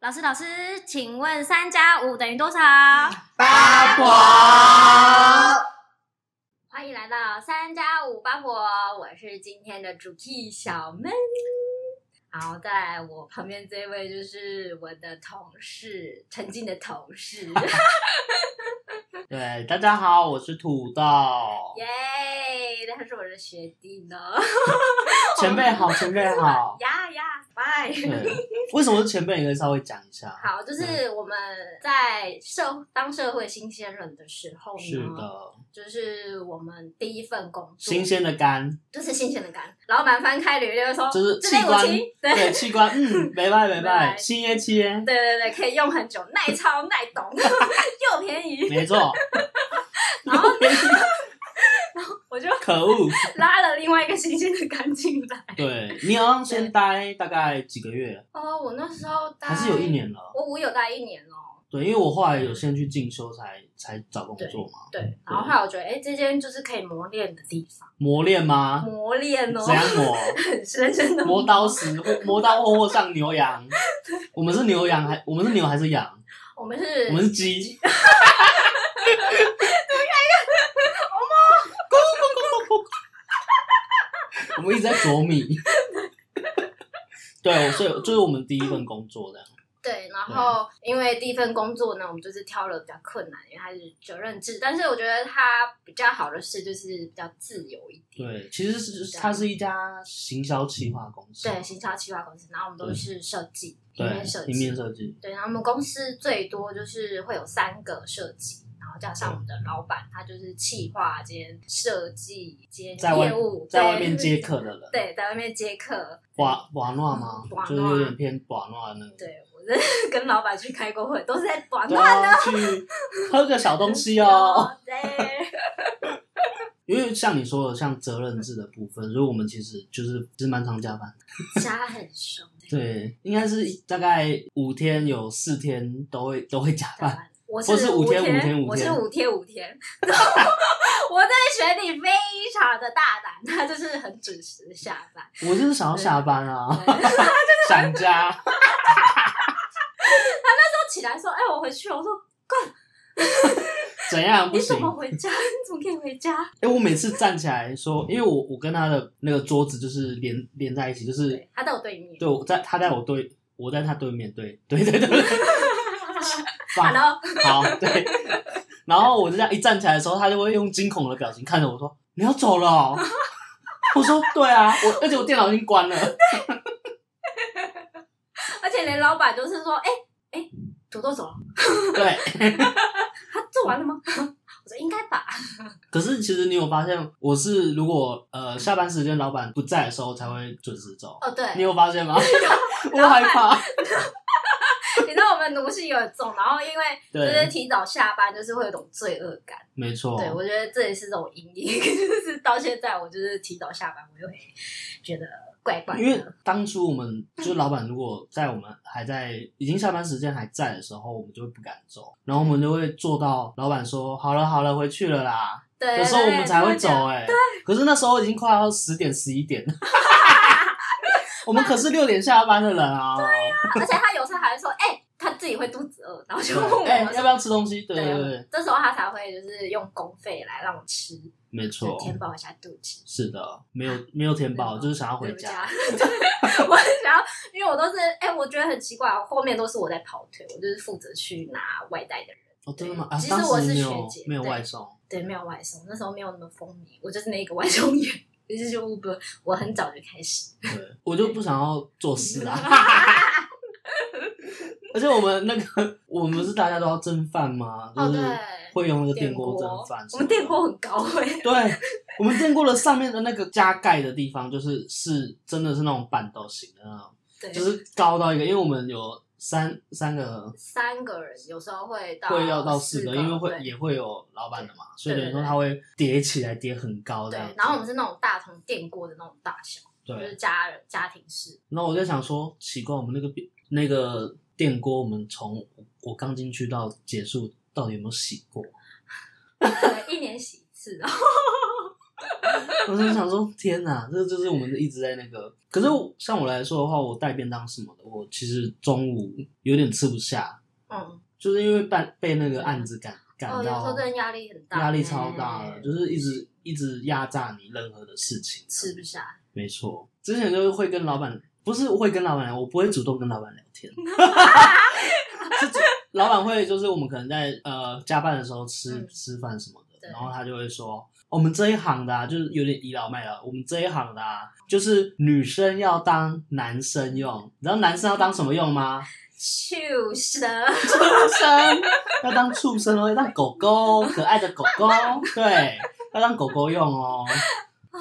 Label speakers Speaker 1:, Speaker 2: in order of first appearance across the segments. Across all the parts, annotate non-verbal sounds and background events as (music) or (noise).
Speaker 1: 老师，老师，请问三加五等于多少？
Speaker 2: 八婆，
Speaker 1: (laughs) 欢迎来到三加五八婆，我是今天的主 key 小闷。然后在我旁边这位就是我的同事，曾经的同 (laughs) 事，
Speaker 2: 对，大家好，我是土豆，
Speaker 1: 耶，他是我的学弟 (laughs) 呢。。
Speaker 2: 前辈好，前辈好
Speaker 1: (laughs) 呀呀，拜。
Speaker 2: 对，为什么是前辈？你可以稍微讲一下。
Speaker 1: 好，就是我们在社当社会新鲜人的时候呢，
Speaker 2: 是的，
Speaker 1: 嗯就是我们第一份工作，
Speaker 2: 新鲜的肝，
Speaker 1: 就是新鲜的感。老板翻开履历就说，
Speaker 2: 就是
Speaker 1: 这
Speaker 2: 器
Speaker 1: 类我
Speaker 2: 官，
Speaker 1: 亲，对
Speaker 2: 对器官，嗯，没拜没
Speaker 1: 没拜
Speaker 2: 拜，切切，
Speaker 1: (laughs) 对对对，可以用很久，耐操耐懂， (laughs) 又便宜。
Speaker 2: 没错。
Speaker 1: (laughs) 然后
Speaker 2: (laughs)
Speaker 1: 呢，我就
Speaker 2: 可
Speaker 1: (laughs)
Speaker 2: 恶，
Speaker 1: 拉了另外一个新鲜的干进来。
Speaker 2: 对你好像先待大概几个月，
Speaker 1: 哦，我那时候待
Speaker 2: 还是有一，年了。
Speaker 1: 我我有待一年哦。
Speaker 2: 对，因为我后来有先去进修才才找工作嘛，
Speaker 1: 对，然后后来我觉得，哎，这间就是可以磨练的地方，
Speaker 2: 磨练
Speaker 1: (laughs)
Speaker 2: 吗？
Speaker 1: 磨练哦，
Speaker 2: 怎样磨？
Speaker 1: 很深深的
Speaker 2: 磨刀石，磨刀霍霍上牛
Speaker 1: (laughs)
Speaker 2: 羊。我们是牛羊还我们是牛还是羊？
Speaker 1: 我们是
Speaker 2: 我们
Speaker 1: (laughs)
Speaker 2: 是鸡。我们一直在啄米。对，所以这、就是我们第一份工作的。
Speaker 1: 对，然后因为第一份工作呢，我们就是挑了比较困难，因为它是责任制，但是我觉得它比较好的是就是比较自由一点。
Speaker 2: 对，其实是它是一家行销企划公司，
Speaker 1: 对，行销企划公司，然后我们都是设计，平面设
Speaker 2: 对，平面
Speaker 1: 计。
Speaker 2: 设计，
Speaker 1: 对，然后我们公司最多就是会有三个设计，然后加上我们的老板，他就是企划兼设计兼
Speaker 2: 在外
Speaker 1: 业务，
Speaker 2: 在
Speaker 1: 对
Speaker 2: 外面接，客的人，
Speaker 1: 对，嗯在外面接客。
Speaker 2: 瓦瓦诺吗
Speaker 1: 瓦诺？
Speaker 2: 就是有点偏瓦诺的那个。
Speaker 1: 对，我是 (laughs) 跟老板去开过会，都是在短
Speaker 2: 对
Speaker 1: 短
Speaker 2: 啊，去喝个小
Speaker 1: (laughs)
Speaker 2: 东西哦。。
Speaker 1: 啊对。
Speaker 2: (laughs) 因为像你说的，像责任制的部分，所以我们其实就是其实蛮常加班。
Speaker 1: 加很凶，
Speaker 2: 对，应该是大概五天有四天都会都会加
Speaker 1: 加
Speaker 2: 班。
Speaker 1: 班。我
Speaker 2: 或啊是
Speaker 1: 五
Speaker 2: 五天
Speaker 1: 天
Speaker 2: 五天五
Speaker 1: 我是
Speaker 2: 天
Speaker 1: 五天五天。我在学弟非常的大胆，他就是很准时下班。
Speaker 2: 我就是想要下班啊，
Speaker 1: 对
Speaker 2: (laughs) 想家。
Speaker 1: 他起来说：“哎、我回去了。”我说
Speaker 2: 怎样：“不
Speaker 1: 你
Speaker 2: 行
Speaker 1: (laughs) 怎？么回
Speaker 2: (laughs)
Speaker 1: 家？你怎么可以回家
Speaker 2: 哎、我每次站起来说，因为我我跟他的那个桌子就是连连在一起，就？”是
Speaker 1: 对，他在我对面。
Speaker 2: 对我在他在我对我在他对面对对对
Speaker 1: (laughs)
Speaker 2: 对对，棒
Speaker 1: 然后
Speaker 2: 好对。然后我就这样一站起来的时候，他就会用惊恐的表情看着我说：“你要走了哦、 (laughs) 我说：“对啊，我而且我电脑已经关了。”
Speaker 1: 而且连老板就是说：“哎、哎、土豆走了，
Speaker 2: 对，
Speaker 1: 他做完了吗？” (laughs) 我说：“应该吧。
Speaker 2: 可是其实你有发现，我是如果呃下班时间老板不在的时候才会准时”走，
Speaker 1: 哦，对，
Speaker 2: 你有发
Speaker 1: (laughs)
Speaker 2: 现吗？我害怕。
Speaker 1: 你知道我们奴性有很重，然后因为就是
Speaker 2: 对，
Speaker 1: 提早下班，就是会有种罪恶感。
Speaker 2: 没错。
Speaker 1: 对，我觉得这也是这种阴影，就是到现在我就是提早下班，我就会觉得怪怪
Speaker 2: 因为
Speaker 1: 的。
Speaker 2: 当初我们就是老板，如果在我们还在已经下班时间还在的时候，我们就会不敢走，然后我们就会做到老板说好了好了回去了啦，
Speaker 1: 对，
Speaker 2: 有时候我们才会走
Speaker 1: 对。
Speaker 2: 哎、可是那时候已经快要十点十一
Speaker 1: (laughs)
Speaker 2: 点了，我们可是六点下班的人啊。对
Speaker 1: 对而且他有时候还会说：“哎、他自己会肚子饿，然后就问我。我
Speaker 2: 哎、要
Speaker 1: 说
Speaker 2: 不要吃东西？对对对，
Speaker 1: 对，啊这时候他才会就是用公费来让我吃，
Speaker 2: 没
Speaker 1: 就
Speaker 2: 错，
Speaker 1: 填饱一下肚子。
Speaker 2: 是的，没有没有填饱，
Speaker 1: 对
Speaker 2: 就是想要
Speaker 1: 回
Speaker 2: 回家。
Speaker 1: 对，我很想要，因为我都是哎、我觉得很奇怪，我后面都是我在跑腿，我就是负责去拿外带的人，
Speaker 2: 哦，真的吗？啊，
Speaker 1: 其实
Speaker 2: 当
Speaker 1: 我
Speaker 2: 时
Speaker 1: 是
Speaker 2: 没
Speaker 1: 学
Speaker 2: 有
Speaker 1: 姐
Speaker 2: 没有
Speaker 1: 对
Speaker 2: 外送，
Speaker 1: 对，没有外送，那时候没有那么风靡，我就是那一个外送员，于是就 Uber，我很早就开始，
Speaker 2: 对，我就不想要做事
Speaker 1: (laughs)
Speaker 2: (laughs) 啊。而且我们那个，我们是大家都要蒸饭吗？
Speaker 1: 哦
Speaker 2: 就
Speaker 1: (laughs)
Speaker 2: 是
Speaker 1: 对
Speaker 2: 会用那个
Speaker 1: 电
Speaker 2: 电锅蒸饭。
Speaker 1: 我们电锅很高哎、
Speaker 2: (laughs) 对，我们电锅的上面的那个加盖的地方，就是是真的是那种板豆型的那种，
Speaker 1: 对，
Speaker 2: 就是高到一个，因为我们有三三个
Speaker 1: 三个人有时候会到
Speaker 2: 会要到
Speaker 1: 四
Speaker 2: 四
Speaker 1: 个，
Speaker 2: 个，因为会
Speaker 1: 对
Speaker 2: 也会有老板的嘛，所以
Speaker 1: 对
Speaker 2: 等于说
Speaker 1: 对
Speaker 2: 它会叠起来叠很高这样
Speaker 1: 对
Speaker 2: 子。，
Speaker 1: 然后我们是那种大同电锅的那种大小，就
Speaker 2: 对，
Speaker 1: 是家人家庭
Speaker 2: (laughs)
Speaker 1: 式，
Speaker 2: 然后我就想说，奇怪，我们那个那个电锅，我们从我刚进去到结束，到底有没有洗过？
Speaker 1: 对，一年洗一次，然后
Speaker 2: 我真的想说，天哪，这就是我们一直在那个。可是我像我来说的话，我带便当什么的，我其实中午有点吃不下，
Speaker 1: 嗯，
Speaker 2: 就是因为被被那个案子感感
Speaker 1: 哦，有时
Speaker 2: 到
Speaker 1: 候真的压力很大，
Speaker 2: 压力超大的，
Speaker 1: 欸
Speaker 2: 就是一直一直压榨你任何的事情。啊
Speaker 1: 吃不下。
Speaker 2: 没错，之前就是会跟老板，不是会跟老板聊，我不会主动跟老板聊
Speaker 1: (laughs)
Speaker 2: 天， (laughs) 是主老板会就是我们可能在呃加班的时候吃、
Speaker 1: 嗯
Speaker 2: 吃饭什么的，
Speaker 1: 对
Speaker 2: 然后他就会说、哦我们这一行的、啊、就是有点倚老卖老，我们这一行的、啊、就是女生要当男生用，你知道男生要当什么用吗？
Speaker 1: 畜生，
Speaker 2: 畜生，要当畜生哦，要当狗狗，可爱的狗狗，
Speaker 1: (laughs)
Speaker 2: 对，要当狗狗用哦。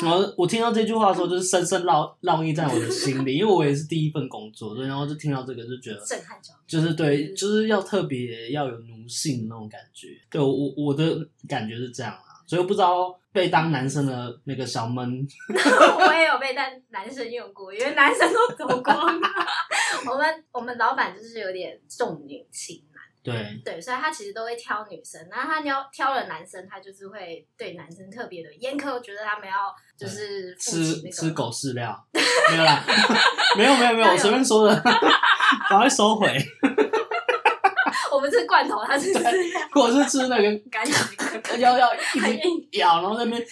Speaker 2: 然后我听到这句话的时候，就是深深烙烙印在我的心里，因为我也是第一份工作，对，然后就听到这个就觉得，
Speaker 1: 震撼教育。
Speaker 2: 就是
Speaker 1: 嗯
Speaker 2: 对，就是要特别要有奴性那种感觉。对我我我的感觉是这样啊，所以我不知道被当男生的那个小闷，
Speaker 1: (laughs) 我也有被但男生用过，因为男生都走
Speaker 2: (laughs)
Speaker 1: 光了。我们我们老板就是有点重女轻男，
Speaker 2: 对
Speaker 1: 对，所以他其实都会挑女生。然后他挑挑了男生，他就是会对男生特别的严苛，觉得他们要就是负起
Speaker 2: 吃
Speaker 1: 那个
Speaker 2: 吃狗饲料， (laughs) 没有啦，没有没有没有，我随便说的， (laughs) 赶快收回。 (laughs)
Speaker 1: 我们是罐头，他是吃
Speaker 2: 我是吃那个
Speaker 1: (laughs) 干净，
Speaker 2: 要要一直咬，然后
Speaker 1: (laughs)
Speaker 2: 在那边，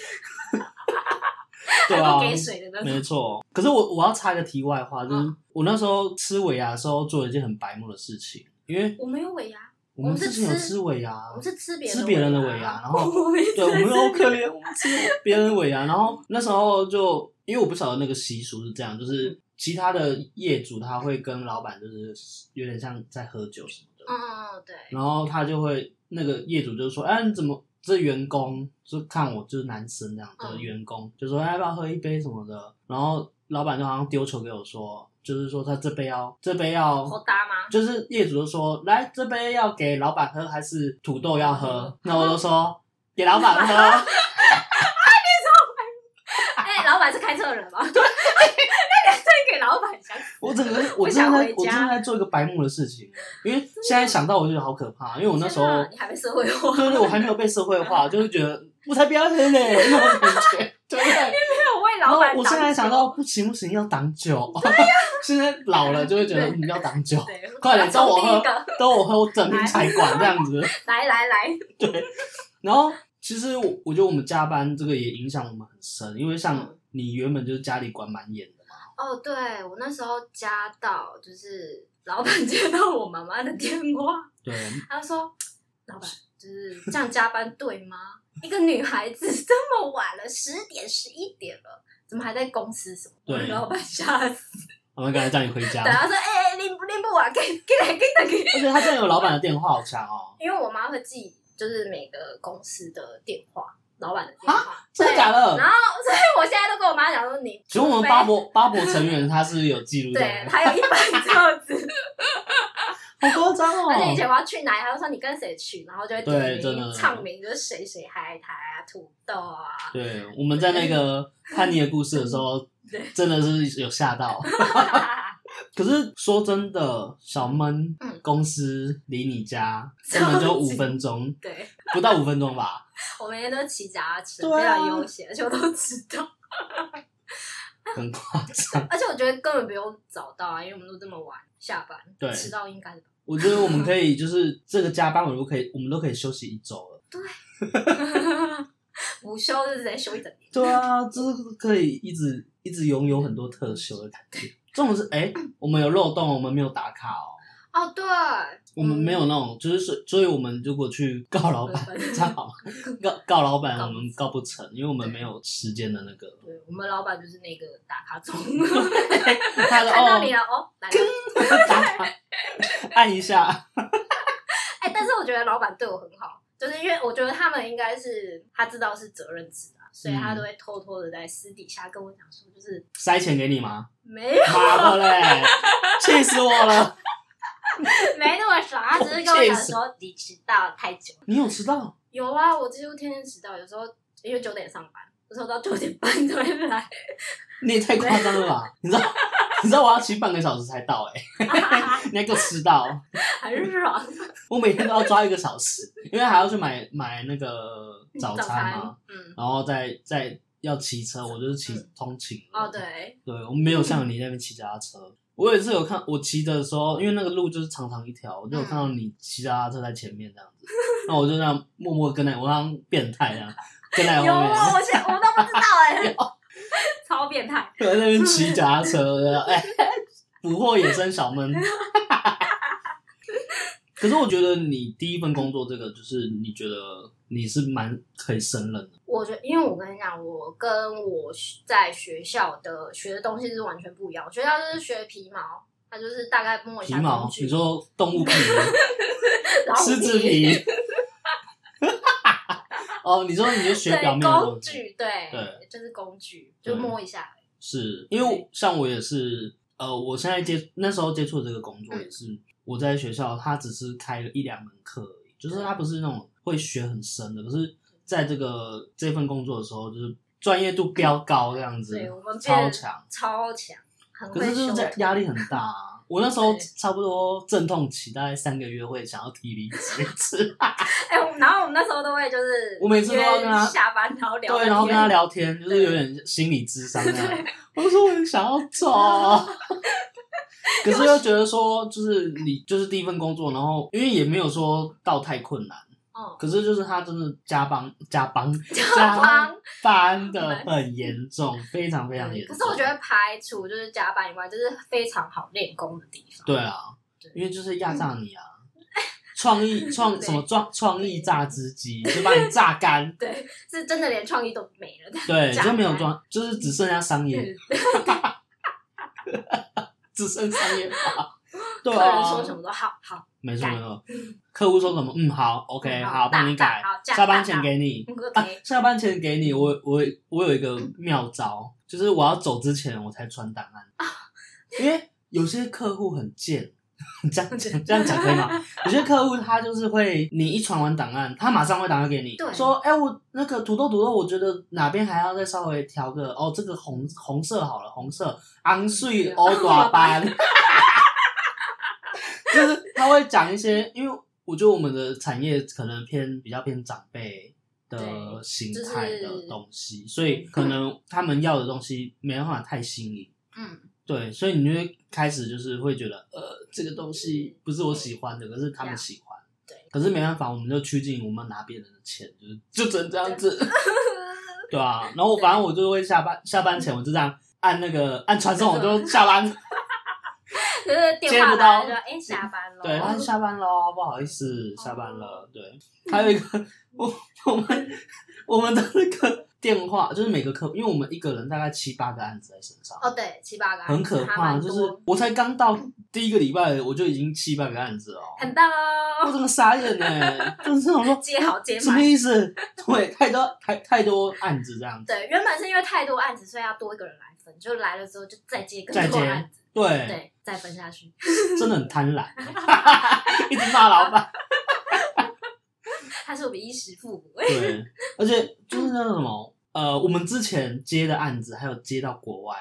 Speaker 2: (laughs) 对啊
Speaker 1: 不，给水的那种。
Speaker 2: 没错。可是我我要插一个题外话，就是
Speaker 1: 嗯
Speaker 2: 我那时候吃尾牙的时候做了一件很白目的事情，因为
Speaker 1: 我没有尾牙，
Speaker 2: 我们之前
Speaker 1: 我
Speaker 2: 有
Speaker 1: 们是吃
Speaker 2: 吃尾牙
Speaker 1: 我，们是吃别
Speaker 2: 吃别人的
Speaker 1: 尾
Speaker 2: 尾牙然后
Speaker 1: 我们
Speaker 2: 对，我们
Speaker 1: 是
Speaker 2: 好可怜，我们吃别人的尾牙。然后那时候就因为我不晓得那个习俗是这样，就是其他的业主他会跟老板就是有点像在喝酒什么的，
Speaker 1: 嗯嗯嗯对，
Speaker 2: 然后他就会那个业主就说：“哎，你怎么这员工就看我就是男生这样的、
Speaker 1: 嗯
Speaker 2: 员工，就说哎要不要喝一杯什么的。”然后老板就好像丢球给我说，就是说他这杯要这杯要
Speaker 1: 好搭吗？
Speaker 2: 就是业主就说：“来，这杯要给老板喝还是土豆要喝
Speaker 1: 嗯？”
Speaker 2: 那我就说：“给老板喝。
Speaker 1: (laughs) 哎，老板是开车的人吗？ (laughs) 对，那你再给老板讲，”
Speaker 2: 我整个
Speaker 1: 不
Speaker 2: 我真
Speaker 1: 想
Speaker 2: 的
Speaker 1: 回
Speaker 2: 在
Speaker 1: 家
Speaker 2: 我真的在做一个白目的事情，因为现在想到我就觉得好可怕，因为我那时候
Speaker 1: 天哪你还没社会化，
Speaker 2: 对对，对我还没有被社会化，就是觉得我才不要喝嘞那种感觉，对不对？
Speaker 1: 有为
Speaker 2: 然
Speaker 1: 老
Speaker 2: 后
Speaker 1: 板。
Speaker 2: 我现在想到，不行不行，要
Speaker 1: (laughs)
Speaker 2: 挡酒。现在老了就会觉得你要挡酒，
Speaker 1: 对，
Speaker 2: 快点
Speaker 1: 从
Speaker 2: 找我
Speaker 1: 第一
Speaker 2: 喝
Speaker 1: 个，
Speaker 2: 等我喝我整瓶才管这样子。
Speaker 1: 来来来，
Speaker 2: 然后其实我我觉得我们加班这个也影响我们很深，因为像
Speaker 1: 嗯
Speaker 2: 你原本就是家里管蛮严的嘛，
Speaker 1: 哦，对我那时候加到就是老板接到我妈妈的电话，
Speaker 2: 对，
Speaker 1: 他说：“老板，就是这样加班对吗？一个女孩子这么晚了，十点十一点了。”怎么还在公司什么？
Speaker 2: 对
Speaker 1: 老板吓死！
Speaker 2: 我们赶快叫你回家
Speaker 1: 对，。他说：“哎、欸，拎不拎不完，给给给给给。
Speaker 2: 而且他竟然有老板的电话，好强哦！”
Speaker 1: 因为我妈会记，就是每个公司的电话，老板的电话。
Speaker 2: 真的假的
Speaker 1: 然？后，所以我现在都跟我妈讲说你，
Speaker 2: 啊请问我
Speaker 1: 除
Speaker 2: 们
Speaker 1: 非
Speaker 2: 八婆八婆成员他是有记录的
Speaker 1: 对，
Speaker 2: 吗，
Speaker 1: 还有一本这样子。
Speaker 2: 好夸张哦！
Speaker 1: 而且以前我要去哪里，他就说你跟谁去，然后就会
Speaker 2: 对
Speaker 1: 点
Speaker 2: 真的
Speaker 1: 名唱名，就是谁谁海苔啊、土豆
Speaker 2: (laughs)
Speaker 1: 啊，
Speaker 2: 对，我们在那个叛逆的故事的时候
Speaker 1: 对，
Speaker 2: 真的是有吓到。可是说真的，小闷、
Speaker 1: 嗯
Speaker 2: 公司离你家根本就
Speaker 1: 超级
Speaker 2: 五分钟，
Speaker 1: 对
Speaker 2: 不到五分钟 (laughs) 吧？
Speaker 1: 我每天都骑脚踏车，
Speaker 2: 对
Speaker 1: 非
Speaker 2: 啊
Speaker 1: 常悠闲，而且我都知
Speaker 2: (laughs)
Speaker 1: 道，
Speaker 2: 很夸张。
Speaker 1: 而且我觉得根本不用早到啊，因为我们都这么晚下班，
Speaker 2: 对
Speaker 1: 迟到应该的吧。
Speaker 2: 我觉得我们可以，就是这个加班，我们都可以，我们都可以休息一周了。
Speaker 1: 午休就直接休一整天，
Speaker 2: 对啊，就是可以一直一直拥有很多特休的感觉。重点是，哎、我们有漏洞，我们没有打卡哦，
Speaker 1: 哦，对，
Speaker 2: 我们没有那种，就是所所以，我们如果去嗯告老板， (laughs)
Speaker 1: 嗯
Speaker 2: 这样好吗？告告老板，
Speaker 1: 告
Speaker 2: 我们告不成，因为我们没有时间的那个。
Speaker 1: 对，我们老板就是那个打卡
Speaker 2: (laughs)
Speaker 1: 钟，
Speaker 2: 他说
Speaker 1: 看到你
Speaker 2: 哦，
Speaker 1: 了哦，来了。
Speaker 2: 打卡，按一下，
Speaker 1: 哎、但是我觉得老板对我很好，就是因为我觉得他们应该是他知道是责任制啊，所以
Speaker 2: 嗯
Speaker 1: 他都会偷偷的在私底下跟我讲说，就是
Speaker 2: 塞钱给你吗？
Speaker 1: 没有
Speaker 2: 妈的嘞，气死我了！
Speaker 1: (laughs) 没那么爽，他只是跟我讲 (laughs) 说你迟到太久。
Speaker 2: 你有迟到？
Speaker 1: 有啊，我几乎天天迟到，有时候因为九点上班，有时候到九点半才会来。 (laughs)
Speaker 2: 你也太夸张了吧！你知道，你知道我要骑半个小时才到哎、你还给我迟到！
Speaker 1: 很爽，
Speaker 2: 我每天都要抓一个小时，因为还要去买买那个早餐嘛，
Speaker 1: 嗯，
Speaker 2: 然后再再要骑车，我就是骑
Speaker 1: 嗯
Speaker 2: 通勤。
Speaker 1: 哦，，对，
Speaker 2: 对，我没有像你那边骑脚踏车。我也是有看，我骑的时候，因为那个路就是长长一条，我就有看到你骑脚踏车在前面这样子，
Speaker 1: (laughs)
Speaker 2: 那我就这样默默跟在，我像变态一样跟在后
Speaker 1: 有
Speaker 2: 面，
Speaker 1: 啊，我现在我都不知道
Speaker 2: (laughs)
Speaker 1: 哎、 (laughs) 超变态。
Speaker 2: 我在那边骑脚踏车，然后哎，捕获野生小闷。 (laughs) 可是我觉得你第一份工作这个，就是你觉得你是蛮可以胜任的，
Speaker 1: 我觉得，因为我跟你讲，我跟我在学校的学的东西是完全不一样。我学校就是学皮毛，它就是大概摸一
Speaker 2: 皮
Speaker 1: 下
Speaker 2: 毛
Speaker 1: 工，具，
Speaker 2: 你说动物皮吗。
Speaker 1: 老虎
Speaker 2: 狮子皮。 (laughs) 哦，你说你就学表面
Speaker 1: 对
Speaker 2: 的
Speaker 1: 工
Speaker 2: 东西，
Speaker 1: 具，对，
Speaker 2: 对
Speaker 1: 就是工具，就摸一下。
Speaker 2: 是因为我像我也是，呃，我现在接那时候接触这个工作
Speaker 1: 嗯
Speaker 2: 也是，我在学校他只是开了一两门课而已，就是他不是那种会学很深的，可是在这个这份工作的时候，就是专业度飙高这样子
Speaker 1: 对，我们，
Speaker 2: 超强，，
Speaker 1: 超强，很
Speaker 2: 可
Speaker 1: 会
Speaker 2: 是就
Speaker 1: 修
Speaker 2: 是
Speaker 1: 图
Speaker 2: 在。压力很大、啊。我那时候
Speaker 1: 对
Speaker 2: 差不多阵痛期，大概三个月会想要提离职一次。
Speaker 1: 哎、我们然后我们那时候都会就是，
Speaker 2: 我每次都要跟他
Speaker 1: 下班然后聊个
Speaker 2: 对，
Speaker 1: 天，
Speaker 2: 然后跟他聊天，就是
Speaker 1: 对
Speaker 2: 有点心理智 (laughs) 商那样。我说我很想要走，啊 (laughs) 可是又觉得说，就是你就是第一份工作，然后因为也没有说到太困难，
Speaker 1: 嗯，
Speaker 2: 可是就是他真的加班加班
Speaker 1: 加班
Speaker 2: 班的很严重，非常非常严
Speaker 1: 对啊嗯
Speaker 2: 重。
Speaker 1: 可是我觉得排除就是加班以外，就是非常好练功的地方。
Speaker 2: 对啊
Speaker 1: 对，
Speaker 2: 因为就是压榨你啊。创 (laughs) 意创
Speaker 1: 对
Speaker 2: 什么创创意榨汁机就把你榨干，
Speaker 1: 对，是真的连创意都没了。
Speaker 2: 对，
Speaker 1: 榨
Speaker 2: 就没有
Speaker 1: 干
Speaker 2: 装，就是只剩下商业
Speaker 1: 对
Speaker 2: 只剩商
Speaker 1: (laughs)
Speaker 2: 业化。对
Speaker 1: 客人
Speaker 2: 啊，
Speaker 1: 说什么都好好，
Speaker 2: 没错
Speaker 1: 改
Speaker 2: 没错，客户说什么，嗯，好，OK，
Speaker 1: 嗯好
Speaker 2: 好，帮你
Speaker 1: 大
Speaker 2: 改
Speaker 1: 大好，加
Speaker 2: 下班
Speaker 1: 大
Speaker 2: 前
Speaker 1: 大
Speaker 2: 给你
Speaker 1: 嗯
Speaker 2: 啊
Speaker 1: OK，，
Speaker 2: 下班前给你。我我我有一个妙招，就是我要走之前我才传档
Speaker 1: 啊
Speaker 2: 案，因为有些客户很贱。 (laughs) 这样讲这样讲可以吗？有些客户他就是会，你一传完档案，他马上会打电话给你
Speaker 1: 对，
Speaker 2: 说：“哎、我那个土豆土豆，我觉得哪边还要再稍微调个哦，这个红红色好了，红色昂
Speaker 1: (laughs)
Speaker 2: 睡欧大班。”就是他会讲一些，因为我觉得我们的产业可能偏比较偏长辈的
Speaker 1: 对
Speaker 2: 形
Speaker 1: 就是
Speaker 2: 态的东西，所以可能他们要的东西没办法太新颖。
Speaker 1: 嗯，
Speaker 2: 对，所以你就会开始就是会觉得，呃，这个东西不是我喜欢的，可是他们喜欢。
Speaker 1: 对
Speaker 2: 可是没办法，我们就趋近于我们拿别人的钱，就是就只能这样子，对啊。然后我反正我就会下班下班前我就这样按那个按传送，我就下班。
Speaker 1: 就是电
Speaker 2: 接
Speaker 1: 话
Speaker 2: 不到
Speaker 1: 来了就哎下班了，
Speaker 2: 对，他啊说哦下班喽，不好意思，下班
Speaker 1: 哦
Speaker 2: 了。对，还有一个， (laughs) 我我们我们的那个电话，就是每个客，因为我们一个人大概七八个案子在身上，
Speaker 1: 哦对，七八个案子，
Speaker 2: 很可
Speaker 1: 还
Speaker 2: 怕。
Speaker 1: 蛮
Speaker 2: 就
Speaker 1: 多
Speaker 2: 是我才刚到第一个礼拜，我就已经七八个案子了哦，
Speaker 1: 很棒
Speaker 2: 我
Speaker 1: 哦，
Speaker 2: 整个傻眼呢，
Speaker 1: (laughs)
Speaker 2: 就是这种说
Speaker 1: 接好接
Speaker 2: 什么
Speaker 1: 满。
Speaker 2: 意思？对，太多太太多案子这样子，
Speaker 1: 对，原本是因为太多案子，所以要多一个人来分，就来了之后就再接更
Speaker 2: 再
Speaker 1: 多
Speaker 2: 接
Speaker 1: 案子，
Speaker 2: 对，
Speaker 1: 对，再分下去， (laughs)
Speaker 2: 真的很贪婪， (laughs) 一直骂老板。
Speaker 1: 他是我们衣食父母。
Speaker 2: 对，而且就是那种什么，呃，我们之前接的案子还有接到国外，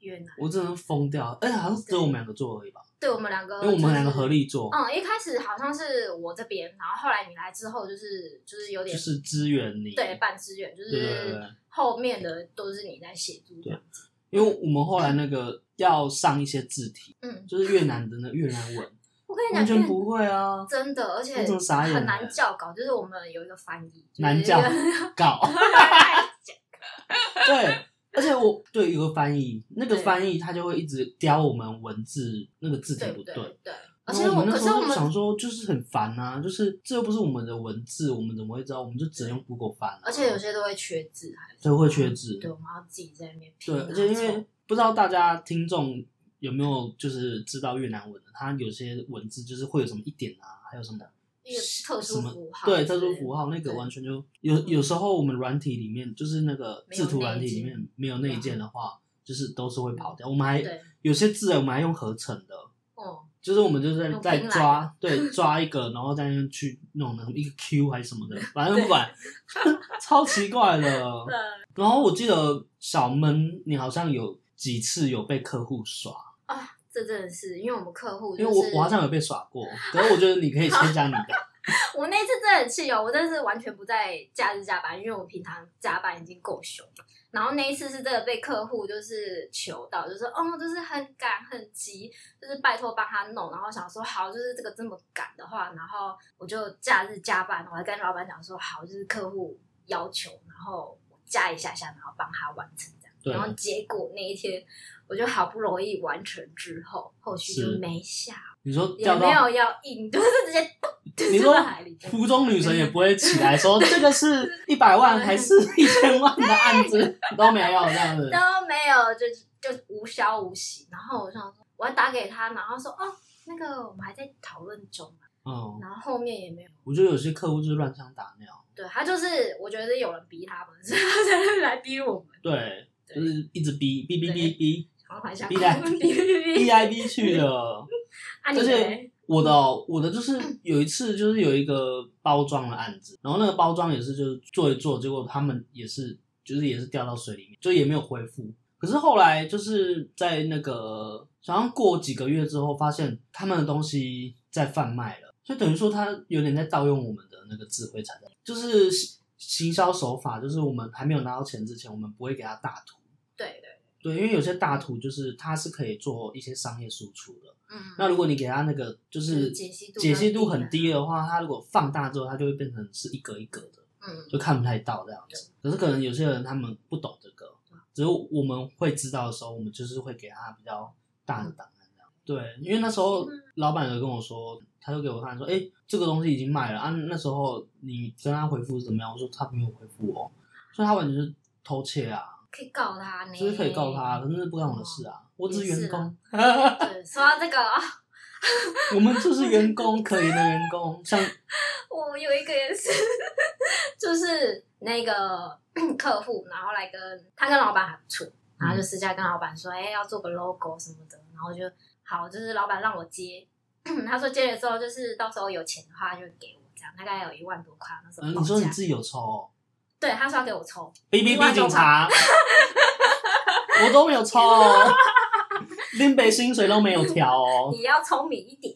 Speaker 1: 原来
Speaker 2: 我真的疯掉，而且好像只有我们两个做而已吧，
Speaker 1: 对我们两个，
Speaker 2: 因为我们两个合。力做，
Speaker 1: 嗯，一开始好像是我这边，然后后来你来之后，就是就是有
Speaker 2: 就
Speaker 1: 点
Speaker 2: 是支援你。
Speaker 1: 对半支援，就
Speaker 2: 对对
Speaker 1: 是
Speaker 2: 对，
Speaker 1: 后面的都是你在协助这样子。
Speaker 2: 因为我们后来那个要上一些字体，
Speaker 1: 嗯，
Speaker 2: 就是越南的那越南
Speaker 1: (laughs)
Speaker 2: 文，
Speaker 1: 我跟你讲，
Speaker 2: 完全
Speaker 1: 因为
Speaker 2: 不会啊，
Speaker 1: 真的，而且
Speaker 2: 我怎么傻眼
Speaker 1: 很
Speaker 2: 了
Speaker 1: 难教稿，就是我们有一个翻译，就是 (laughs)
Speaker 2: 难教搞。对，而且我对有个翻译，那个
Speaker 1: 对
Speaker 2: 翻译他就会一直刁我们文字那个字体
Speaker 1: 对
Speaker 2: 不
Speaker 1: 不对
Speaker 2: (laughs) 对。？
Speaker 1: 对，而
Speaker 2: 然
Speaker 1: 且
Speaker 2: 后
Speaker 1: 我，
Speaker 2: 们那
Speaker 1: 可
Speaker 2: 时
Speaker 1: 是我
Speaker 2: 候就
Speaker 1: 们
Speaker 2: 想说，就是很烦啊，就是这又不是我们的文字，我们怎么会知道？我们就只能用 Google 翻、啊，
Speaker 1: 而且有些都会缺字，还是
Speaker 2: 对会缺字，
Speaker 1: 对，我们要自己在那边拼
Speaker 2: 对，
Speaker 1: 啊。
Speaker 2: 而且因
Speaker 1: 凑
Speaker 2: 为不知道大家听众有没有就是知道越南文的，它有些文字就是会有什么一点啊，还有什么
Speaker 1: 一个特
Speaker 2: 什
Speaker 1: 殊
Speaker 2: 么
Speaker 1: 符号之类
Speaker 2: 对
Speaker 1: 的，
Speaker 2: 特殊符号，那个
Speaker 1: 对嗯
Speaker 2: 完全就有有时候我们软体里面就是那个
Speaker 1: 没有
Speaker 2: 制图软
Speaker 1: 内
Speaker 2: 体里
Speaker 1: 建啊嗯
Speaker 2: 面没有内建的话，就是都是会跑掉。我们还
Speaker 1: 对，
Speaker 2: 有些字啊我们还用合成的，
Speaker 1: 哦，
Speaker 2: 就是我们就在
Speaker 1: 用
Speaker 2: 在
Speaker 1: 拼来
Speaker 2: 抓， (laughs) 对，抓一个，然后在那边去弄那个一个 Q 还是什么的，反正不管， (laughs) 超奇
Speaker 1: (laughs)
Speaker 2: 怪的。然后我记得小闷，你好像有几次有被客户耍，
Speaker 1: 这真的是因为我们客户
Speaker 2: 因为
Speaker 1: 就是 (laughs)
Speaker 2: 我我好像有被耍过，可是我觉得你可以先讲你的，
Speaker 1: 我那次真的很气哦，我真的是完全不在假日加班，因为我平常加班已经够凶了。然后那一次是真的被客户就是求到，就是哦，就是很赶很急，就是拜托帮他弄。然后想说好，就是这个这么赶的话，然后我就假日加班，我还跟老板讲说好，就是客户要求，然后我加一下下，然后帮他完成这样。
Speaker 2: 对
Speaker 1: 然后结果那一天我就好不容易完成之后，后续就是没下，
Speaker 2: 你说
Speaker 1: 也
Speaker 2: 掉
Speaker 1: 没
Speaker 2: 到
Speaker 1: 有要硬， (laughs) 就是直接咚
Speaker 2: 你
Speaker 1: 丢
Speaker 2: 说
Speaker 1: 到海里这样。
Speaker 2: 湖中女神也不会起来说这个是一百万还是一千万的案子都没有这样子。
Speaker 1: 都没有，就是就无消无息。然后我想说，我还打给他，然后说哦，那个我们还在讨论中嘛。
Speaker 2: 嗯，
Speaker 1: 然后后面也没有，
Speaker 2: 我觉得有些客户就是乱枪打鸟，
Speaker 1: 对他就是我觉得是有人逼他们，所以他才会来逼我们。
Speaker 2: 对，
Speaker 1: 对
Speaker 2: 就是一直逼逼逼逼逼
Speaker 1: 然后还想
Speaker 2: 逼
Speaker 1: (laughs)
Speaker 2: 来
Speaker 1: 逼逼
Speaker 2: 逼啊
Speaker 1: 逼
Speaker 2: 来逼去的。
Speaker 1: 啊你
Speaker 2: 而
Speaker 1: 嘞
Speaker 2: 且我的哦、我的就是有一次就是有一个包装的案子，然后那个包装也是就是做一做，结果他们也是就是也是掉到水里面，就也没有恢复。可是后来就是在那个好像过几个月之后，发现他们的东西在贩卖了，所以等于说他有点在盗用我们的那个智慧财产，就是行行销手法，就是我们还没有拿到钱之前，我们不会给他大图。
Speaker 1: 对对，
Speaker 2: 对，因为有些大图就是它是可以做一些商业输出的，
Speaker 1: 嗯，
Speaker 2: 那如果你给他那个就是
Speaker 1: 解析度
Speaker 2: 解析度
Speaker 1: 很
Speaker 2: 很
Speaker 1: 低
Speaker 2: 低的话，它如果放大之后，它就会变成是一格一格的，
Speaker 1: 嗯
Speaker 2: 就看不太到这样子。可是可能有些人他们不懂这个，只有我们会知道的时候，我们就是会给他比较大的档案这样。对，因为那时候
Speaker 1: 嗯
Speaker 2: 老板有跟我说，他就给我看说，哎、这个东西已经卖了啊，那时候你跟他回复是怎么样？我说他没有回复我，所以他完全是偷窃啊，
Speaker 1: 可以告他呢，
Speaker 2: 就是可以告他，可是不干我的事啊，我只是
Speaker 1: 也是
Speaker 2: 员工。
Speaker 1: 对，说到这个 (laughs) 啊、
Speaker 2: 我们就是员工，可怜的员工，像
Speaker 1: 我有一个也是， (laughs) 就是那个 (clears throat) 客户，然后来跟他跟老板还不错，然
Speaker 2: 嗯
Speaker 1: 后就私下跟老板说，哎、要做个 logo 什么的，然后就好，就是老板让我接， (clears throat) 他说接了之后，就是到时候有钱的话就给我这样，大概有一万多块那时候
Speaker 2: 嗯，
Speaker 1: 报
Speaker 2: 你
Speaker 1: 价、
Speaker 2: 说你自己有抽、哦、
Speaker 1: 对，他说要给我抽，
Speaker 2: ？B B B 警察，我都没有抽、哦，林北薪水都没有调哦，
Speaker 1: 你要聪明一点，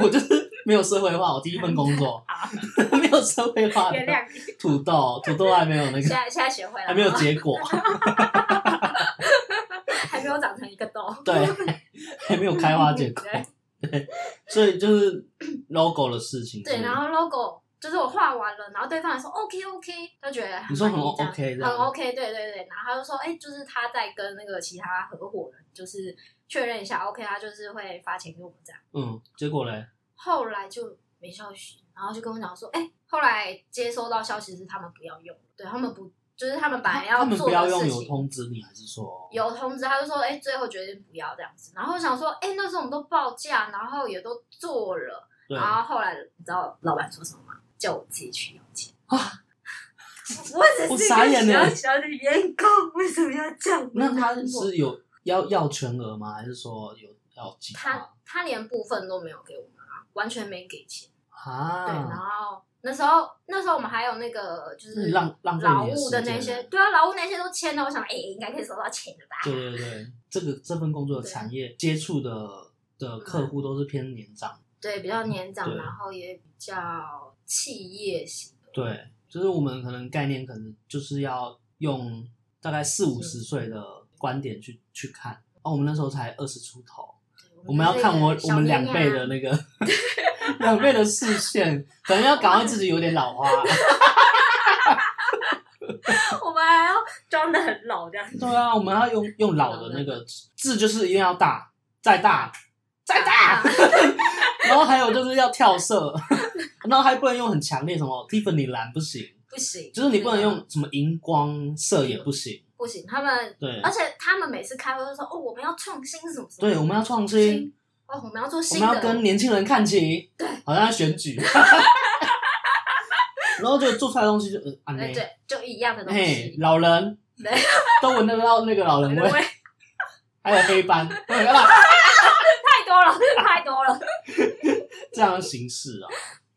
Speaker 2: 我就是没有社会化，我第一份工作 (laughs) 没有社会化的
Speaker 1: 原谅你，
Speaker 2: 土豆，土豆还没有 (laughs) 那
Speaker 1: 现 (laughs)
Speaker 2: 个，
Speaker 1: 在现在学会了，
Speaker 2: 还没有结果，
Speaker 1: 还没有长成一个痘，
Speaker 2: 对，还没有开花结果，
Speaker 1: (laughs) 对
Speaker 2: 所以就是 logo 的事情。
Speaker 1: 对，
Speaker 2: 所以
Speaker 1: 然后 logo 就是我画完了，然后对方也说 OK OK，他觉得还
Speaker 2: 你说很
Speaker 1: 满意这样
Speaker 2: OK 这
Speaker 1: 很
Speaker 2: 样
Speaker 1: OK，对对对，然后他就说，哎、就是他在跟那个其他合伙人就是确认一下 OK，他就是会发钱给我们这样。
Speaker 2: 嗯，结果嘞，
Speaker 1: 后来就没消息，然后就跟我讲说，哎、后来接收到消息是他们不要用，对他们不就是他们本来
Speaker 2: 他
Speaker 1: 要
Speaker 2: 们
Speaker 1: 做
Speaker 2: 不要
Speaker 1: 的
Speaker 2: 用
Speaker 1: 事
Speaker 2: 有
Speaker 1: 情。
Speaker 2: 通知你，还是说
Speaker 1: 有通知，他就说，哎、最后决定不要这样子。然后我想说，哎、那时候我们都报价，然后也都做了，
Speaker 2: 对
Speaker 1: 然后后来你知道老板说什么吗？叫我自己去要钱
Speaker 2: 啊！
Speaker 1: 我
Speaker 2: 我
Speaker 1: 只是
Speaker 2: 傻
Speaker 1: 一
Speaker 2: 眼
Speaker 1: 个小
Speaker 2: 了
Speaker 1: 小的员工，为什么要这样子？
Speaker 2: 那他是有要要全额吗？还是说有要计
Speaker 1: 他
Speaker 2: 划
Speaker 1: 他连部分都没有给我们啊，完全没给钱。对，然
Speaker 2: 啊？
Speaker 1: 后那时候那时候我们还有那个就
Speaker 2: 嗯
Speaker 1: 是
Speaker 2: 浪浪费
Speaker 1: 劳
Speaker 2: 你
Speaker 1: 务的
Speaker 2: 时间
Speaker 1: 那些，，对啊，劳务那些都签了。我想，哎、应该可以收到钱了吧？
Speaker 2: 对对对，这个这份工作的
Speaker 1: 对嗯
Speaker 2: 产业接触的的客户都是偏年长，
Speaker 1: 对，比较年长，
Speaker 2: 对
Speaker 1: 然后也比较企业型的。
Speaker 2: 对，就是我们可能概念可能就是要用大概四五十岁的观点去去看。哦，我们那时候才二十出头，
Speaker 1: 对
Speaker 2: 我们要
Speaker 1: 就是
Speaker 2: 看我
Speaker 1: 一个
Speaker 2: 我
Speaker 1: 小啊
Speaker 2: 们
Speaker 1: 绵
Speaker 2: 两倍
Speaker 1: 羊
Speaker 2: 的那个两倍的视线，可能要赶快自己有点老花。
Speaker 1: (laughs) 我们还要装的很老这样子。
Speaker 2: 对啊，我们要用用老的
Speaker 1: 啊
Speaker 2: 那个字，就是一定要大，再大，再
Speaker 1: 啊
Speaker 2: (laughs) 大。 (laughs) 然后还有就是要跳色， (laughs) 然后还不能用很强烈什么 Tiffany 蓝不行，
Speaker 1: 不行，
Speaker 2: 就是你不能
Speaker 1: 啊
Speaker 2: 用什么荧光色也不行。
Speaker 1: 不行，他们，
Speaker 2: 对
Speaker 1: 而且他们每次开会都说哦，我们要创新什么什么，
Speaker 2: 对，我们要创新，
Speaker 1: 哦，我们要做
Speaker 2: 我
Speaker 1: 新的，
Speaker 2: 们要跟年轻人看齐。
Speaker 1: 对，
Speaker 2: 好像在选举。
Speaker 1: (laughs)
Speaker 2: 然后就做出来的东西就呃，啊
Speaker 1: 对
Speaker 2: 内，
Speaker 1: 对，就一样的东
Speaker 2: 嘿，
Speaker 1: 西，
Speaker 2: 老人
Speaker 1: 对
Speaker 2: 都闻得到那个老人
Speaker 1: 因
Speaker 2: 味，
Speaker 1: 为
Speaker 2: 还有黑斑，
Speaker 1: (laughs)
Speaker 2: (laughs)
Speaker 1: 太多了， (laughs) 太多了，
Speaker 2: 这样的形式啊。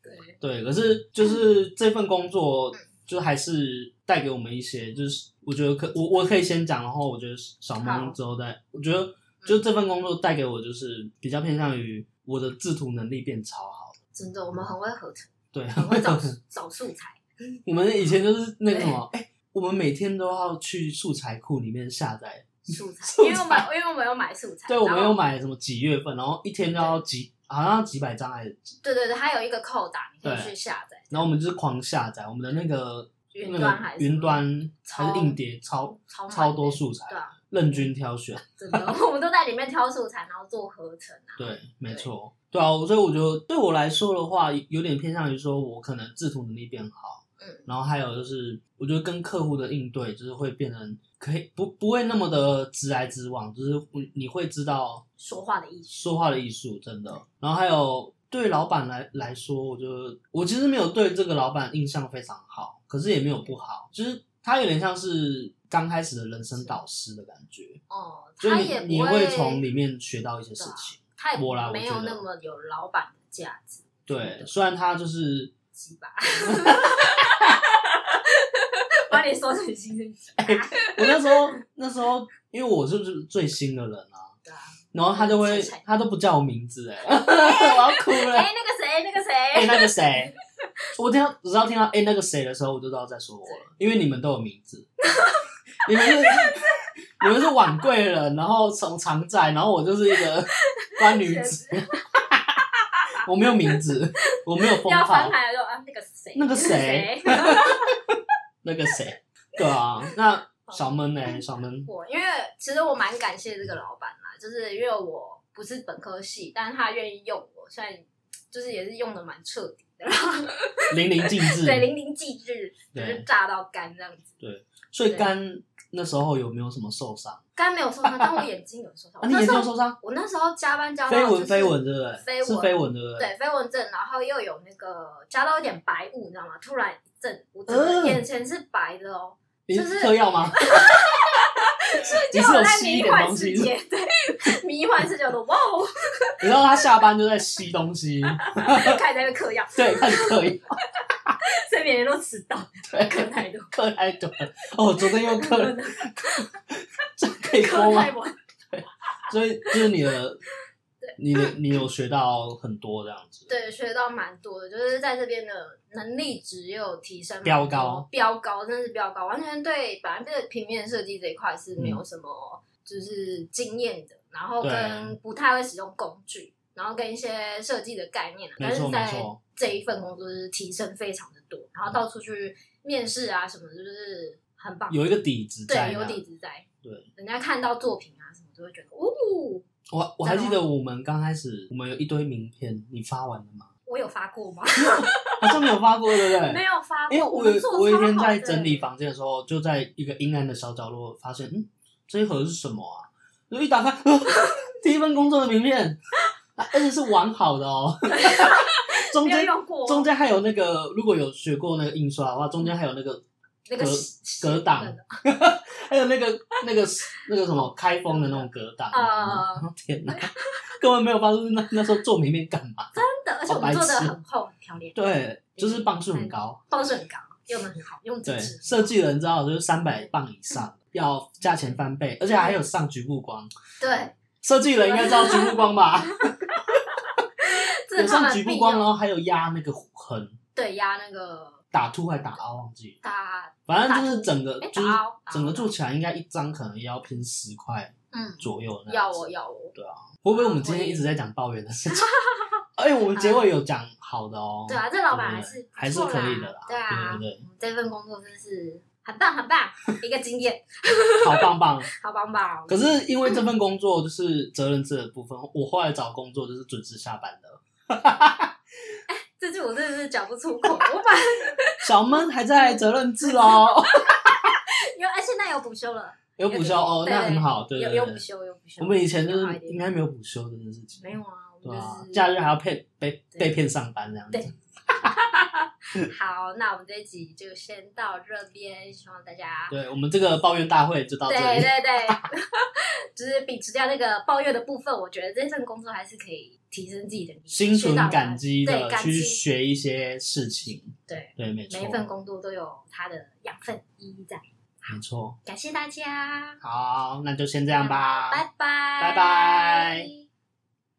Speaker 1: 对，嗯
Speaker 2: 对，可是就是这份工作，就还是带给我们一些，就是我觉得可我我可以先讲，然后我觉得小
Speaker 1: 好嗯
Speaker 2: 梦之后再，我觉得就这份工作带给我就是比较偏向于我的制图能力变超好， (laughs)
Speaker 1: 真的，我们很会合成，
Speaker 2: 对，
Speaker 1: 很哦会找找素材。
Speaker 2: (laughs) 我们以前就是那个什么，哎、我们每天都要去素材库里面下载，
Speaker 1: 素材，
Speaker 2: 素材
Speaker 1: 因为我们因为我们有买素材，
Speaker 2: 对我们
Speaker 1: 然后
Speaker 2: 有买什么几月份，然后一天都要几，好像几百张还是几，
Speaker 1: 对对对，它有一个扣打，你可以
Speaker 2: 对
Speaker 1: 去下载
Speaker 2: 然后我们就是狂下载我们的那个
Speaker 1: 云
Speaker 2: 那
Speaker 1: 端
Speaker 2: 个
Speaker 1: 还是什
Speaker 2: 云
Speaker 1: 么
Speaker 2: 端还
Speaker 1: 超
Speaker 2: 是硬碟，超
Speaker 1: 超满
Speaker 2: 超
Speaker 1: 的
Speaker 2: 多素材，
Speaker 1: 对啊，
Speaker 2: 任君挑选。
Speaker 1: 真
Speaker 2: (laughs)
Speaker 1: 的，我们都在里面挑素材，然后做合成啊。 (laughs)
Speaker 2: 对，没
Speaker 1: 对
Speaker 2: 错，对啊，所以我觉得对我来说的话，有点偏向于说我可能制图能力变好，
Speaker 1: 嗯，
Speaker 2: 然后还有就是我觉得跟客户的应对就是会变成可以不不会那么的直来直往，就是你会知道
Speaker 1: 说话的艺术，
Speaker 2: 说话的艺术真的，然后还有。对老板来来说，我觉得我其实没有对这个老板印象非常好，可是也没有不好，就是他有点像是刚开始的人生导师的感觉，
Speaker 1: 哦，
Speaker 2: 就是
Speaker 1: 他
Speaker 2: 你
Speaker 1: 也不
Speaker 2: 你
Speaker 1: 会
Speaker 2: 会从里面学到一些事
Speaker 1: 对啊
Speaker 2: 情。
Speaker 1: 他
Speaker 2: 我啦
Speaker 1: 也
Speaker 2: 我
Speaker 1: 没
Speaker 2: 觉
Speaker 1: 有
Speaker 2: 得
Speaker 1: 那么有老板的价值，
Speaker 2: 对，虽然他就是，
Speaker 1: 鸡巴， (laughs) 把你说成新生鸡巴，
Speaker 2: 我那时候那时候，因为我是不是最新的人啊，
Speaker 1: 对啊。
Speaker 2: 然后他就会
Speaker 1: 最菜
Speaker 2: 他都不叫我名字哎、我要哭了。哎、
Speaker 1: 哎，那个谁，那个谁，
Speaker 2: 那个谁，我听到只要听到哎、那个谁的时候，我就知道在说我了，因为你们都有名字，你们是你们是晚贵人，然后从常在，然后我就是一个官女子，我没有名字，我没有封
Speaker 1: 要
Speaker 2: 号
Speaker 1: 翻。牌了就啊，那个谁，
Speaker 2: 那个谁，
Speaker 1: (laughs)
Speaker 2: 那个谁，对啊，那小闷呢、小闷，
Speaker 1: 我因为其实我蛮感谢这个老板啦，就是因为我不是本科系，但是他愿意用我，虽然就是也是用的蛮彻底的，然后
Speaker 2: 淋漓尽致。
Speaker 1: 对淋漓尽致，就是
Speaker 2: 对
Speaker 1: 炸到干这样子。
Speaker 2: 所以肝那时候有没有什么受伤？
Speaker 1: 肝没有受伤，但我眼睛有受伤。
Speaker 2: 啊，
Speaker 1: 我
Speaker 2: 你
Speaker 1: 那
Speaker 2: 眼
Speaker 1: 时
Speaker 2: 睛有
Speaker 1: 候
Speaker 2: 受伤？
Speaker 1: 我那时候加班加到
Speaker 2: 飞
Speaker 1: 就
Speaker 2: 蚊，
Speaker 1: 是
Speaker 2: 飞蚊，对不对？
Speaker 1: 飞蚊
Speaker 2: 是飞蚊，对不对？
Speaker 1: 对飞蚊症，然后又有那个加到一点白雾，你知道吗？突然一阵，我整个
Speaker 2: 嗯
Speaker 1: 眼前是白的哦，
Speaker 2: 你
Speaker 1: 就是
Speaker 2: 是嗑
Speaker 1: (laughs)
Speaker 2: 药吗？
Speaker 1: 结
Speaker 2: 你
Speaker 1: 果我
Speaker 2: 是有
Speaker 1: 在
Speaker 2: 吸一
Speaker 1: 迷
Speaker 2: 点
Speaker 1: 幻
Speaker 2: 东
Speaker 1: 世
Speaker 2: 西？
Speaker 1: 界，对 (laughs) 迷幻世界我都哇哦， (laughs)
Speaker 2: 你知道他下班就在吸东西，
Speaker 1: 开始在那边嗑药，
Speaker 2: 对，看嗑药，
Speaker 1: 所以每天都迟到， (laughs)
Speaker 2: 对，
Speaker 1: 嗑太多，
Speaker 2: 嗑太多了。哦，昨天又嗑了，这可以
Speaker 1: 嗑
Speaker 2: 播吗
Speaker 1: 太？晚。
Speaker 2: 所以就是你的，你的，你有学到很多这样子。
Speaker 1: 对，学到蛮多的，就是在这边的能力值也有提升蛮
Speaker 2: 飙
Speaker 1: 多，
Speaker 2: 高
Speaker 1: 飙高，真的是飙高，完全对，本来对平面设计这一块是没有什么就是经验的，然后
Speaker 2: 嗯对
Speaker 1: 跟不太会使用工具，然后跟一些设计的概念啊，
Speaker 2: 没
Speaker 1: 但是
Speaker 2: 错
Speaker 1: 在
Speaker 2: 没错
Speaker 1: 这一份工作就是提升非常的多，然后到处去面试啊什么的，就是很棒，
Speaker 2: 有一个底子在，
Speaker 1: 对有底。子在，
Speaker 2: 对，
Speaker 1: 人家看到作品啊什么都会觉得，哦，
Speaker 2: 我我还记得我们刚开始，我们有一堆名片，你发完了吗？
Speaker 1: 我有发过吗？ (laughs)
Speaker 2: 好像没有发过，对不对？
Speaker 1: 没有发过，
Speaker 2: 因为我
Speaker 1: 们
Speaker 2: 有
Speaker 1: 做
Speaker 2: 我有一
Speaker 1: 超
Speaker 2: 天
Speaker 1: 好
Speaker 2: 在
Speaker 1: 的
Speaker 2: 整理房间的时候，就在一个阴暗的小角落发现，嗯，这一盒是什么啊？我一打开， (laughs) 第一份工作的名片，啊而且是完好的哦， (laughs) 中
Speaker 1: 没有
Speaker 2: 间
Speaker 1: 用过
Speaker 2: 中间还有那个，如果有学过那个印刷的话，中间还有那个
Speaker 1: 那个嗯
Speaker 2: 隔
Speaker 1: 是
Speaker 2: 隔挡，还有那个那个那个什么开封的那种隔挡。
Speaker 1: 啊
Speaker 2: (laughs) 天哪，根本没有发出那那时候做名片干嘛？
Speaker 1: 真的，而且我们做的很厚很漂亮，
Speaker 2: 对，就是磅数很高。
Speaker 1: 棒是很高，用的很好，用纸
Speaker 2: 对，
Speaker 1: 质
Speaker 2: 设计人知道就是三百磅以
Speaker 1: 嗯
Speaker 2: 上，要价钱翻倍，而且还有上局部光。
Speaker 1: 对，
Speaker 2: 设计人应该知道局部光吧？
Speaker 1: 啊 (laughs) 这
Speaker 2: 有
Speaker 1: 是他
Speaker 2: 上
Speaker 1: 们
Speaker 2: 局
Speaker 1: 必
Speaker 2: 部
Speaker 1: 用
Speaker 2: 光，然后还有压那个痕，
Speaker 1: 对压那个
Speaker 2: 打凸还打凹忘记了，
Speaker 1: 打
Speaker 2: 反正就是整个
Speaker 1: 哎
Speaker 2: 就是
Speaker 1: 打凹，
Speaker 2: 整个
Speaker 1: 柱
Speaker 2: 做起来应该一张可能也要拼十块
Speaker 1: 嗯
Speaker 2: 左右那
Speaker 1: 要
Speaker 2: 样
Speaker 1: 我
Speaker 2: 子。
Speaker 1: 要我，嗯
Speaker 2: 会不会我们今天一直在讲抱怨的事
Speaker 1: (laughs)
Speaker 2: 情？哎，我们结尾有讲好的哦。
Speaker 1: 对啊，这老板
Speaker 2: 对
Speaker 1: 还
Speaker 2: 对
Speaker 1: 是
Speaker 2: 还是
Speaker 1: 不错啦
Speaker 2: 可以的啦
Speaker 1: 对啊，
Speaker 2: 对对对
Speaker 1: 我们这份工作真是很棒很棒，一个经验，
Speaker 2: 好棒棒。
Speaker 1: 好嗯棒棒。
Speaker 2: 可是因为这份工作就是责任制的部分，我后来找工作就是准时下班的。
Speaker 1: 这句我真的是讲不出口，我把
Speaker 2: 小闷还在责任
Speaker 1: (laughs)
Speaker 2: 制哦，
Speaker 1: 因为哎现在有补休了，
Speaker 2: 有补休哦，
Speaker 1: 对
Speaker 2: 那很好，对
Speaker 1: 有
Speaker 2: 对
Speaker 1: 有补
Speaker 2: 对。
Speaker 1: 休有补休，
Speaker 2: 我们以前就
Speaker 1: 有好一
Speaker 2: 是
Speaker 1: 点
Speaker 2: 应该没有补休这件事情，
Speaker 1: 没有啊，我
Speaker 2: 对
Speaker 1: 们
Speaker 2: 啊
Speaker 1: 就，是
Speaker 2: 假日还要骗被
Speaker 1: 对
Speaker 2: 被骗上班这样
Speaker 1: 对
Speaker 2: 子。 (laughs)
Speaker 1: 好，那我们这一集就先到这边，希望大家
Speaker 2: 对，我们这个抱怨大会就到这
Speaker 1: 对
Speaker 2: 里。
Speaker 1: 对对， (laughs) 就是秉持掉那个抱怨的部分，我觉得这份工作还是可以提升自己的
Speaker 2: 心存感
Speaker 1: 激。
Speaker 2: 激
Speaker 1: 对
Speaker 2: 的
Speaker 1: 感激
Speaker 2: 去学一些事情，
Speaker 1: 对，
Speaker 2: 对，没错，
Speaker 1: 每一份工作都有它的养分意义在。
Speaker 2: 没错。
Speaker 1: 感谢大家，
Speaker 2: 好，那就先这样吧，
Speaker 1: 拜拜，
Speaker 2: 拜拜。